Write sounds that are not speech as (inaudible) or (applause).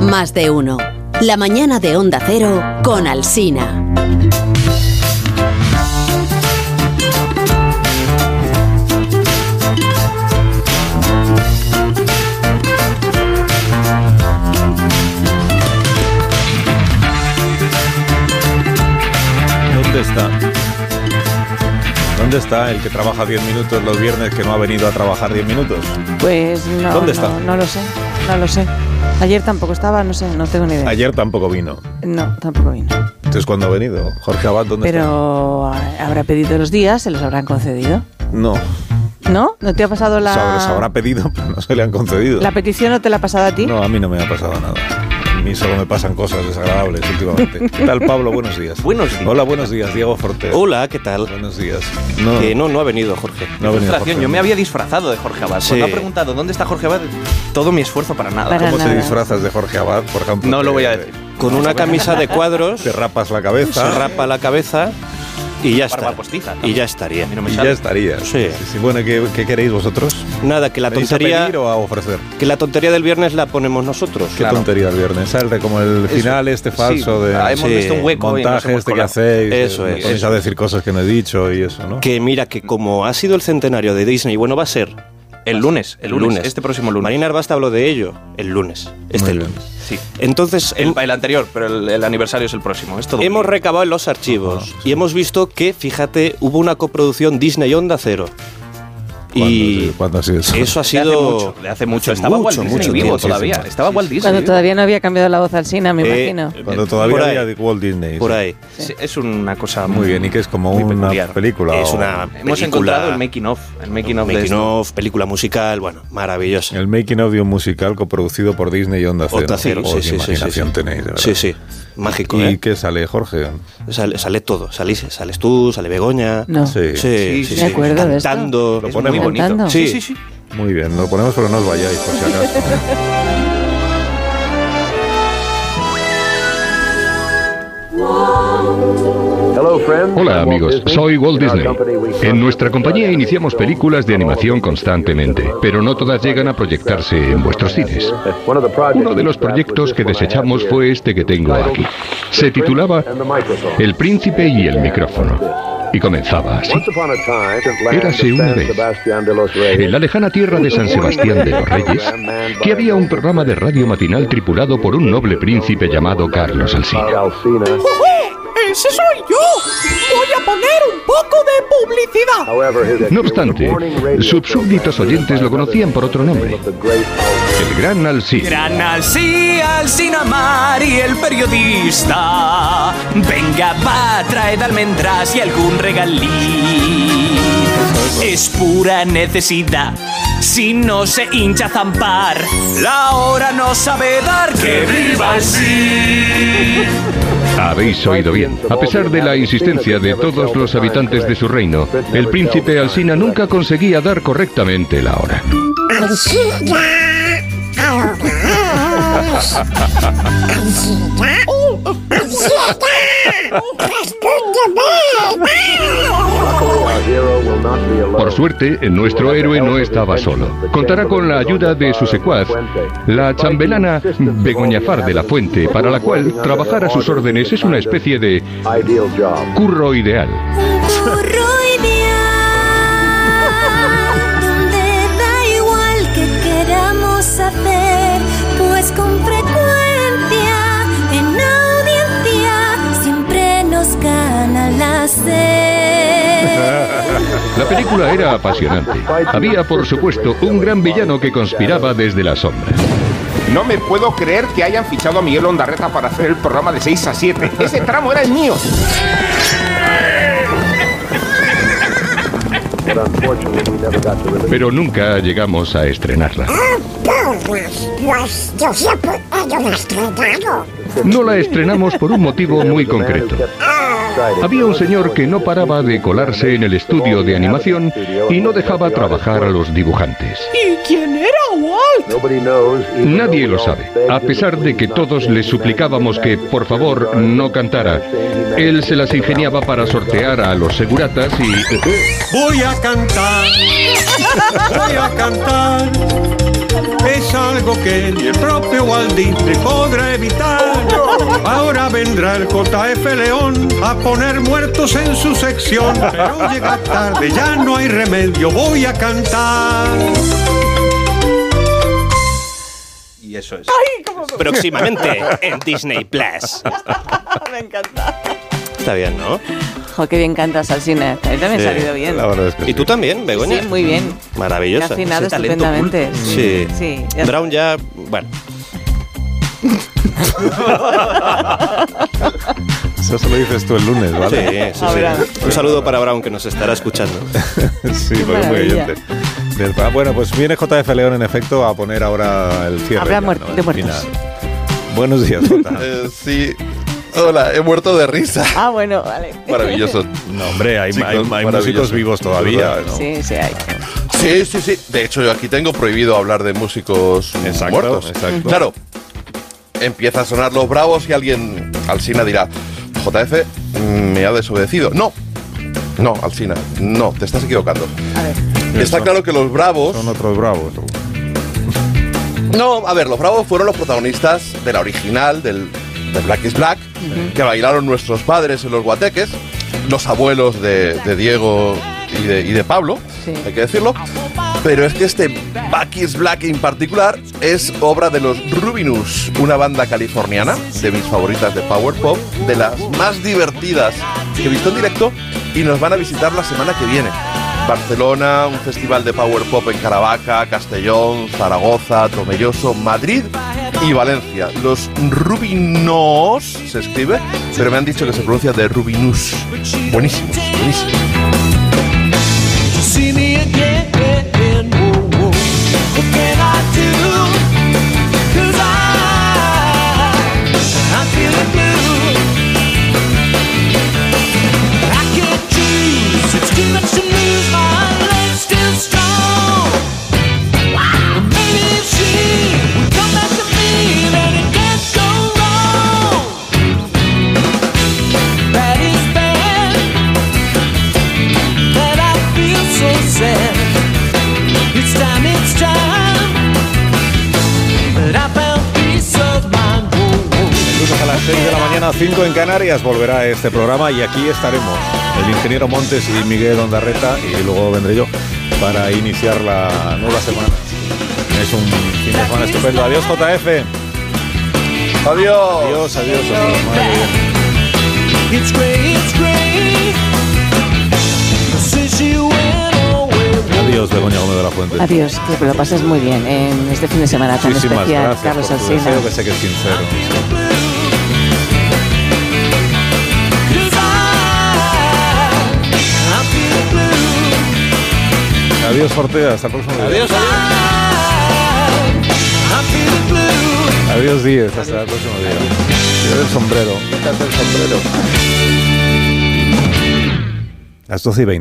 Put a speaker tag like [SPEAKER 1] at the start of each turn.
[SPEAKER 1] Más de uno. La mañana de Onda Cero con Alsina.
[SPEAKER 2] ¿Dónde está? ¿Dónde está el que trabaja 10 minutos los viernes que no ha venido a trabajar 10 minutos?
[SPEAKER 3] Pues no,
[SPEAKER 2] ¿Dónde
[SPEAKER 3] no,
[SPEAKER 2] está?
[SPEAKER 3] no lo sé, no lo sé. Ayer tampoco estaba, no sé, no tengo ni idea.
[SPEAKER 2] Ayer tampoco vino.
[SPEAKER 3] No, tampoco vino.
[SPEAKER 2] Entonces, ¿cuándo ha venido? Jorge Abad, ¿dónde
[SPEAKER 3] Pero ah, habrá pedido los días, se los habrán concedido.
[SPEAKER 2] está? No,
[SPEAKER 3] ¿No? ¿No te ha pasado la,
[SPEAKER 2] se habrá- se habrá pedido, (laughs) pero no se le han concedido.
[SPEAKER 3] la petición o te la ha pasado a ti?
[SPEAKER 2] No, a mí no me ha pasado nada. A mí solo me pasan cosas desagradables últimamente. ¿Qué tal, Pablo? Buenos días.
[SPEAKER 4] (laughs) Buenos días.
[SPEAKER 2] Hola, buenos días. Diego Forte.
[SPEAKER 4] Hola, ¿qué tal?
[SPEAKER 2] Buenos días. No,
[SPEAKER 4] Que no, no ha venido Jorge.
[SPEAKER 2] No ha venido Jorge.
[SPEAKER 4] Yo me había disfrazado de Jorge
[SPEAKER 5] pues
[SPEAKER 4] Abad.
[SPEAKER 2] Sí.
[SPEAKER 4] Cuando ha preguntado dónde está Jorge Abad, todo mi esfuerzo para nada.
[SPEAKER 3] Para
[SPEAKER 2] ¿Cómo te
[SPEAKER 3] nada.
[SPEAKER 2] disfrazas de Jorge Abad, por ejemplo?
[SPEAKER 4] No lo
[SPEAKER 2] Te-
[SPEAKER 4] voy a decir. Con una camisa de cuadros,
[SPEAKER 2] Te
[SPEAKER 4] se
[SPEAKER 2] rapas la cabeza.
[SPEAKER 4] rapa la cabeza y ya
[SPEAKER 5] Barba
[SPEAKER 4] está.
[SPEAKER 5] postiza, también.
[SPEAKER 4] Y ya estaría.
[SPEAKER 5] mí no me
[SPEAKER 2] Y ya estaría.
[SPEAKER 4] Sí.
[SPEAKER 2] Bueno, ¿qué, qué queréis vosotros?
[SPEAKER 4] Nada, que la
[SPEAKER 2] ¿Venís a
[SPEAKER 4] tontería
[SPEAKER 2] pedir o a ofrecer?
[SPEAKER 4] que la tontería del viernes la ponemos nosotros.
[SPEAKER 2] Qué tontería el viernes. ¿sabes? El de- Como el final este falso
[SPEAKER 4] sí.
[SPEAKER 2] de
[SPEAKER 4] Ah, hemos visto un hueco y
[SPEAKER 2] montaje
[SPEAKER 4] nos hemos
[SPEAKER 2] este que
[SPEAKER 4] colado.
[SPEAKER 2] hacéis.
[SPEAKER 4] Eso
[SPEAKER 2] eh,
[SPEAKER 4] es,
[SPEAKER 2] me ponéis
[SPEAKER 4] eso
[SPEAKER 2] a
[SPEAKER 4] es.
[SPEAKER 2] decir cosas que no he dicho y eso, ¿no?
[SPEAKER 4] Que mira, que como ha sido el centenario de Disney, bueno, va a ser
[SPEAKER 5] El lunes, el lunes, este próximo lunes.
[SPEAKER 4] Marina Arbasta habló de ello el lunes, este
[SPEAKER 2] bien.
[SPEAKER 4] lunes.
[SPEAKER 5] Sí.
[SPEAKER 4] Entonces,
[SPEAKER 5] El, el anterior, pero el, el aniversario es el próximo. Es todo
[SPEAKER 4] Hemos
[SPEAKER 5] un-
[SPEAKER 4] recabado los archivos y hemos visto que, fíjate, hubo una coproducción Disney Onda Cero.
[SPEAKER 2] ¿Cuándo,
[SPEAKER 4] Y
[SPEAKER 2] sí? ¿Cuándo ha sido eso?
[SPEAKER 4] eso ha
[SPEAKER 5] De hace
[SPEAKER 4] sido.
[SPEAKER 5] mucho, de hace mucho.
[SPEAKER 4] hace
[SPEAKER 5] Estaba
[SPEAKER 4] mucho,
[SPEAKER 5] Walt Disney
[SPEAKER 4] mucho
[SPEAKER 5] vivo
[SPEAKER 4] tiempo,
[SPEAKER 5] todavía.
[SPEAKER 4] sí, sí.
[SPEAKER 5] Estaba Walt Disney.
[SPEAKER 3] Cuando
[SPEAKER 5] vivo.
[SPEAKER 3] todavía no había cambiado la voz al Sina, me
[SPEAKER 4] Eh,
[SPEAKER 2] (laughs)
[SPEAKER 3] imagino.
[SPEAKER 2] Cuando todavía
[SPEAKER 4] por ahí.
[SPEAKER 2] había Walt Disney.
[SPEAKER 4] Por
[SPEAKER 2] sí.
[SPEAKER 4] ahí.
[SPEAKER 5] Sí, es una cosa
[SPEAKER 2] Muy bien, y que es como
[SPEAKER 5] muy
[SPEAKER 2] una
[SPEAKER 5] peculiar.
[SPEAKER 2] película.
[SPEAKER 4] Es
[SPEAKER 2] o-
[SPEAKER 4] una
[SPEAKER 5] Hemos
[SPEAKER 4] película-
[SPEAKER 5] encontrado el making of, el making of, de
[SPEAKER 4] making
[SPEAKER 5] esto.
[SPEAKER 4] of, película musical, bueno, maravillosa.
[SPEAKER 2] El making of de un musical coproducido por Disney y Onda Cero.
[SPEAKER 4] Onda Cero,
[SPEAKER 2] Oh,
[SPEAKER 4] sí,
[SPEAKER 2] qué
[SPEAKER 4] sí, sí, sí,
[SPEAKER 2] imaginación
[SPEAKER 4] sí.
[SPEAKER 2] tenéis, de verdad.
[SPEAKER 4] Sí, sí. Mágico,
[SPEAKER 2] ¿Y
[SPEAKER 4] ¿eh?
[SPEAKER 2] qué sale, Jorge?
[SPEAKER 4] Sale, sale todo. Salís, sales tú, sale Begoña.
[SPEAKER 3] No.
[SPEAKER 2] Sí.
[SPEAKER 4] Sí, sí,
[SPEAKER 5] Sí, sí,
[SPEAKER 4] sí.
[SPEAKER 5] me
[SPEAKER 3] acuerdo de esto.
[SPEAKER 4] Cantando.
[SPEAKER 2] Lo
[SPEAKER 5] Es
[SPEAKER 2] ponemos.
[SPEAKER 5] muy bonito.
[SPEAKER 3] Cantando.
[SPEAKER 5] Sí, sí,
[SPEAKER 4] Sí.
[SPEAKER 5] sí.
[SPEAKER 2] Muy bien, lo ponemos, pero no os vayáis, por si acaso.
[SPEAKER 6] Hola amigos, soy Walt Disney. En nuestra compañía iniciamos películas de animación constantemente, pero no todas llegan a proyectarse en vuestros cines. Uno de los proyectos que desechamos fue este que tengo aquí. Se titulaba El príncipe y el micrófono. Y comenzaba así. Érase una vez, en la lejana tierra de San Sebastián de los Reyes, que había un programa de radio matinal tripulado por un noble príncipe llamado Carlos Alsina.
[SPEAKER 7] ¡Ese soy yo! Voy a poner un poco de publicidad.
[SPEAKER 6] No obstante, sus súbditos oyentes lo conocían por otro nombre, el Gran Alsina.
[SPEAKER 7] Gran así al y el periodista. Venga, va, traed almendras y algún regalí. Es pura necesidad. Si no se hincha zampar, la hora no sabe dar. ¡Que viva sí!
[SPEAKER 6] Habéis oído bien. A pesar de la insistencia de todos los habitantes de su reino, el príncipe Alsina nunca conseguía dar correctamente la hora. Por suerte, nuestro héroe no estaba solo. Contará con la ayuda de su secuaz, la chambelana Begoña Far de la Fuente, para la cual trabajar a sus órdenes es una especie de curro ideal.
[SPEAKER 8] Burro ideal, donde da igual que queramos hacer, pues con frecuencia en audiencia siempre nos gana la
[SPEAKER 9] (laughs)
[SPEAKER 8] sed.
[SPEAKER 6] La película era apasionante. Había, por supuesto, un gran villano que conspiraba desde la sombra.
[SPEAKER 10] No me puedo creer que hayan fichado a Miguel Ondarreta para hacer el programa de 6 a 7. Ese tramo era el mío.
[SPEAKER 6] Pero nunca llegamos a estrenarla. No la estrenamos por un motivo muy concreto. Había un señor que no paraba de colarse en el estudio de animación y no dejaba trabajar a los dibujantes.
[SPEAKER 11] ¿Y quién era Walt?
[SPEAKER 6] Nadie lo sabe, a pesar de que todos le suplicábamos que, por favor, no cantara. Él se las ingeniaba para sortear a los seguratas y...
[SPEAKER 11] Voy a cantar, voy a cantar. Es algo que ni el propio Walt Disney podrá evitar. Ahora vendrá el JF León a poner muertos en su sección. Pero llega tarde, ya no hay remedio, voy a cantar.
[SPEAKER 4] Y eso es.
[SPEAKER 2] (laughs)
[SPEAKER 4] Próximamente en Disney Plus.
[SPEAKER 3] Me encanta.
[SPEAKER 4] Está bien, ¿no?
[SPEAKER 3] Jo, qué bien cantas al cine. A mí también me ha
[SPEAKER 4] Sí,
[SPEAKER 3] salido bien.
[SPEAKER 2] La verdad es que
[SPEAKER 4] Y tú también, Begoña.
[SPEAKER 3] Sí, muy bien. Y
[SPEAKER 4] Maravillosa.
[SPEAKER 3] afinado
[SPEAKER 4] Ese talento
[SPEAKER 3] estupendamente.
[SPEAKER 4] oculto. Sí.
[SPEAKER 3] Sí, ya-
[SPEAKER 4] Brown ya. Bueno.
[SPEAKER 2] Eso se lo dices tú el lunes, ¿vale?
[SPEAKER 4] Sí, sí,
[SPEAKER 3] A
[SPEAKER 4] sí.
[SPEAKER 3] Brown.
[SPEAKER 4] Un saludo para Brown que nos estará escuchando.
[SPEAKER 2] (laughs) Sí,
[SPEAKER 3] Qué
[SPEAKER 2] porque es muy
[SPEAKER 3] maravilla.
[SPEAKER 2] oyente. Del- ah, Bueno, pues viene JF León en efecto a poner ahora el cierre.
[SPEAKER 3] Habrá
[SPEAKER 2] ya,
[SPEAKER 3] muer-
[SPEAKER 2] ¿no?
[SPEAKER 3] de
[SPEAKER 2] El
[SPEAKER 3] muertos.
[SPEAKER 2] final. Buenos días, Jota.
[SPEAKER 9] Eh, sí. Hola, he muerto de risa.
[SPEAKER 3] Ah, bueno, vale.
[SPEAKER 9] Maravilloso.
[SPEAKER 2] (laughs) No, hombre, hay,
[SPEAKER 9] Chicos,
[SPEAKER 2] hay- hay
[SPEAKER 9] maravilloso.
[SPEAKER 2] músicos vivos todavía. ¿no?
[SPEAKER 3] Sí, sí, hay.
[SPEAKER 9] Sí, sí, sí. De hecho, yo aquí tengo prohibido hablar de músicos
[SPEAKER 2] Exacto,
[SPEAKER 9] muertos.
[SPEAKER 2] exacto.
[SPEAKER 9] Claro, empieza a sonar los bravos y alguien, Alsina, dirá, JF mm, me ha desobedecido. No, no, Alsina, no, te estás equivocando.
[SPEAKER 3] A ver.
[SPEAKER 9] Está claro que los bravos...
[SPEAKER 2] Son otros bravos.
[SPEAKER 9] No, a ver, los Bravos fueron los protagonistas de la original, del, de Black is Black, que bailaron nuestros padres en los guateques, los abuelos de, de Diego y de, y de Pablo,
[SPEAKER 3] Sí.
[SPEAKER 9] hay que decirlo. Pero es que este Black is Black en particular es obra de los Rubinus, una banda californiana, de mis favoritas de Power Pop, de las más divertidas que he visto en directo, y nos van a visitar la semana que viene. Barcelona, un festival de power pop en Caravaca, Castellón, Zaragoza, Tomelloso, Madrid y Valencia. Los Rubinos se escribe, pero me han dicho que se pronuncia de Rubinus. Buenísimos, buenísimos.
[SPEAKER 11] See me again, oh, oh. What can I do? 'Cause I, I'm feeling blue. I can't choose. It's too much to lose. My leg's still strong. Maybe if she would come back to me, then it can't go wrong. That is bad that I feel so sad. It's time, it's time that I found peace of mind. Oh, oh.
[SPEAKER 2] Incluso a las 6 de la mañana, 5 en Canarias, volverá este programa y aquí estaremos. El ingeniero Montes y Miguel Ondarreta y luego vendré yo para iniciar la nueva semana. Es un fin de semana estupendo. Adiós, JF.
[SPEAKER 9] Adiós.
[SPEAKER 2] Adiós, adiós. adiós. Madre mía.
[SPEAKER 11] It's gray, it's gray. Since you went away.
[SPEAKER 2] Adiós, Begoña Gómez de la Fuente.
[SPEAKER 3] Adiós, que lo pases muy bien en este fin de semana tan
[SPEAKER 2] Muchísimas
[SPEAKER 3] especial,
[SPEAKER 2] gracias
[SPEAKER 3] Carlos
[SPEAKER 2] por tu
[SPEAKER 3] Alsina.
[SPEAKER 2] deseo, que sé que es sincero.
[SPEAKER 11] Cause I, I'm feeling blue.
[SPEAKER 2] Adiós, Ortega. Hasta el próximo día. Adiós,
[SPEAKER 11] I, I'm feeling blue.
[SPEAKER 2] Díez. Hasta el próximo día. Quítate el sombrero. Quítate el sombrero. Las 12 y 20.